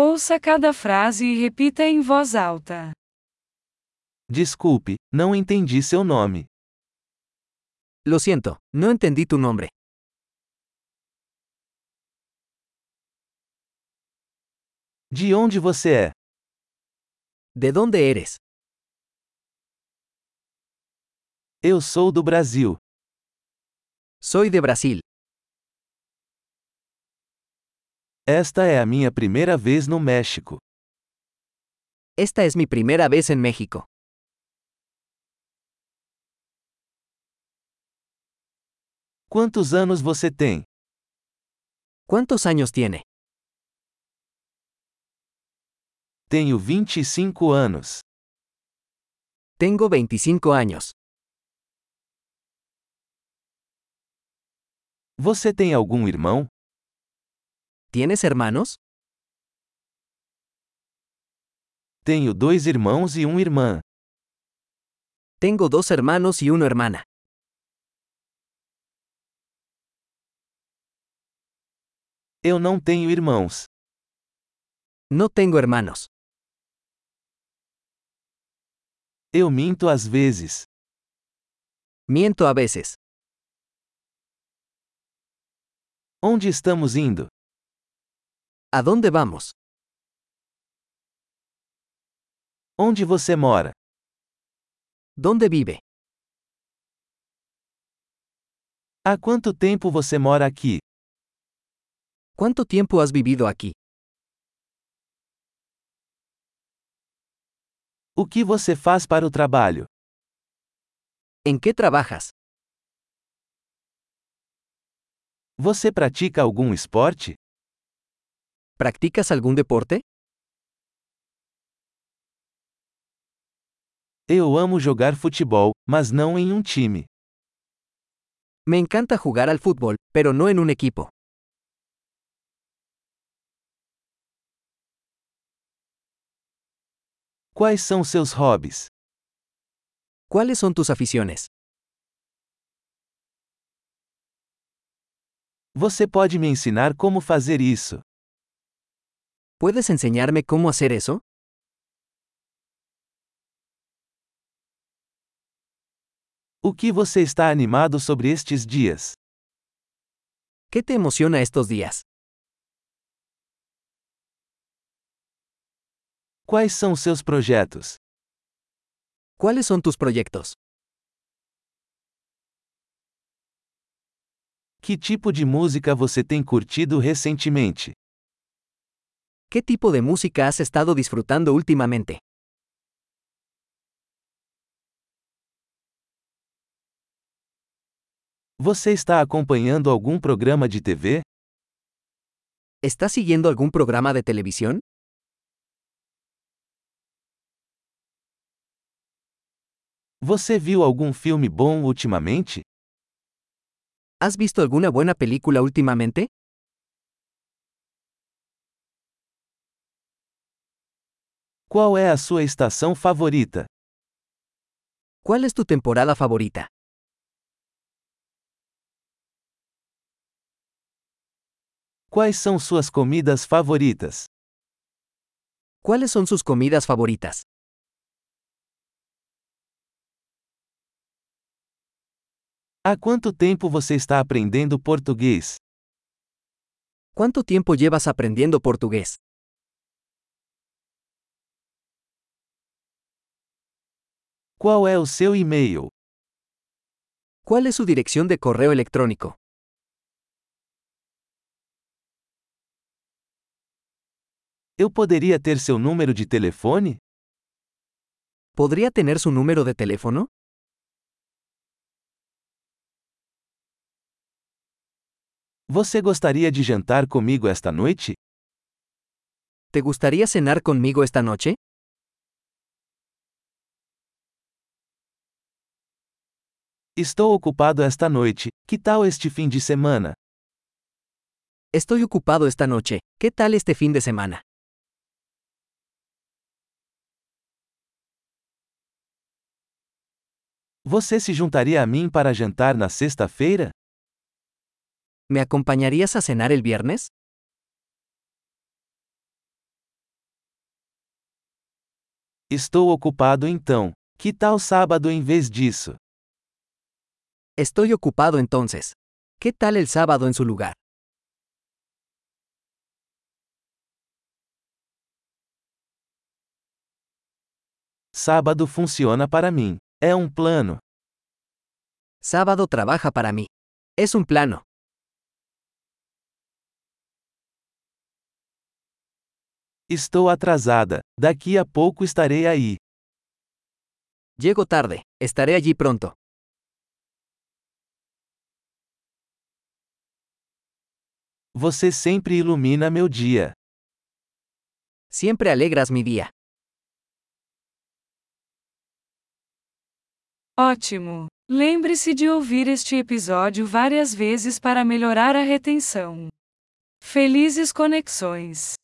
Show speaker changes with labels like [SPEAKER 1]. [SPEAKER 1] Ouça cada frase e repita em voz alta.
[SPEAKER 2] Desculpe, não entendi seu nome.
[SPEAKER 3] Lo siento, no entendí tu nombre.
[SPEAKER 2] De onde você é?
[SPEAKER 3] ¿De dónde eres?
[SPEAKER 2] Eu sou do Brasil.
[SPEAKER 3] Soy de Brasil.
[SPEAKER 2] Esta é a minha primeira vez no México.
[SPEAKER 3] Esta es mi primera vez en México.
[SPEAKER 2] Quantos anos você tem?
[SPEAKER 3] ¿Cuántos años tiene?
[SPEAKER 2] Tenho 25 anos.
[SPEAKER 3] Tengo 25 años.
[SPEAKER 2] Você tem algum irmão?
[SPEAKER 3] ¿Tienes hermanos?
[SPEAKER 2] Tenho dois irmãos e uma irmã.
[SPEAKER 3] Tengo dos hermanos y una hermana.
[SPEAKER 2] Eu não tenho irmãos.
[SPEAKER 3] No tengo hermanos.
[SPEAKER 2] Eu minto às vezes.
[SPEAKER 3] Miento a veces.
[SPEAKER 2] Onde estamos indo?
[SPEAKER 3] ¿A dónde vamos?
[SPEAKER 2] Onde você mora?
[SPEAKER 3] ¿Dónde vive?
[SPEAKER 2] Há quanto tempo você mora aqui?
[SPEAKER 3] ¿Cuánto tiempo has vivido aquí?
[SPEAKER 2] O que você faz para o trabalho?
[SPEAKER 3] ¿En qué trabajas?
[SPEAKER 2] Você pratica algum esporte?
[SPEAKER 3] ¿Practicas algún deporte?
[SPEAKER 2] Eu amo jogar futebol, mas não em um time.
[SPEAKER 3] Me encanta jugar al fútbol, pero no en un equipo.
[SPEAKER 2] Quais são seus hobbies?
[SPEAKER 3] ¿Cuáles son tus aficiones?
[SPEAKER 2] Você pode me ensinar como fazer isso?
[SPEAKER 3] ¿Puedes enseñarme cómo hacer eso?
[SPEAKER 2] O que você está animado sobre estes dias?
[SPEAKER 3] ¿Qué te emociona estos días?
[SPEAKER 2] Quais são seus projetos?
[SPEAKER 3] ¿Cuáles son tus proyectos?
[SPEAKER 2] Que tipo de música você tem curtido recentemente?
[SPEAKER 3] ¿Qué tipo de música has estado disfrutando últimamente?
[SPEAKER 2] Você está acompanhando algum programa de TV?
[SPEAKER 3] ¿Estás siguiendo algún programa de televisión?
[SPEAKER 2] Você viu algum filme bom ultimamente?
[SPEAKER 3] ¿Has visto alguna buena película últimamente?
[SPEAKER 2] Qual é a sua estação favorita?
[SPEAKER 3] ¿Cuál es tu temporada favorita?
[SPEAKER 2] Quais são suas comidas favoritas?
[SPEAKER 3] ¿Cuáles son sus comidas favoritas?
[SPEAKER 2] Há quanto tempo você está aprendendo português?
[SPEAKER 3] ¿Cuánto tiempo llevas aprendiendo portugués?
[SPEAKER 2] Qual é o seu e-mail?
[SPEAKER 3] ¿Cuál es su dirección de correo electrónico?
[SPEAKER 2] Eu poderia ter seu número de telefone?
[SPEAKER 3] ¿Podría tener su número de teléfono?
[SPEAKER 2] Você gostaria de jantar comigo esta noite?
[SPEAKER 3] ¿Te gustaría cenar conmigo esta noche?
[SPEAKER 2] Estou ocupado esta noite. Que tal este fim de semana?
[SPEAKER 3] Estoy ocupado esta noche. ¿Qué tal este fin de semana?
[SPEAKER 2] Você se juntaria a mim para jantar na sexta-feira?
[SPEAKER 3] ¿Me acompañarías a cenar el viernes?
[SPEAKER 2] Estou ocupado então. Que tal sábado em vez disso?
[SPEAKER 3] Estoy ocupado entonces. ¿Qué tal el sábado en su lugar?
[SPEAKER 2] Sábado funciona para mim. É um plano.
[SPEAKER 3] Sábado trabaja para mí. Es un plano.
[SPEAKER 2] Estou atrasada. Daqui a pouco estarei aí.
[SPEAKER 3] Llego tarde. Estaré allí pronto.
[SPEAKER 2] Você sempre ilumina meu dia.
[SPEAKER 3] Siempre alegras mi día.
[SPEAKER 1] Ótimo! Lembre-se de ouvir este episódio várias vezes para melhorar a retenção. Felizes conexões!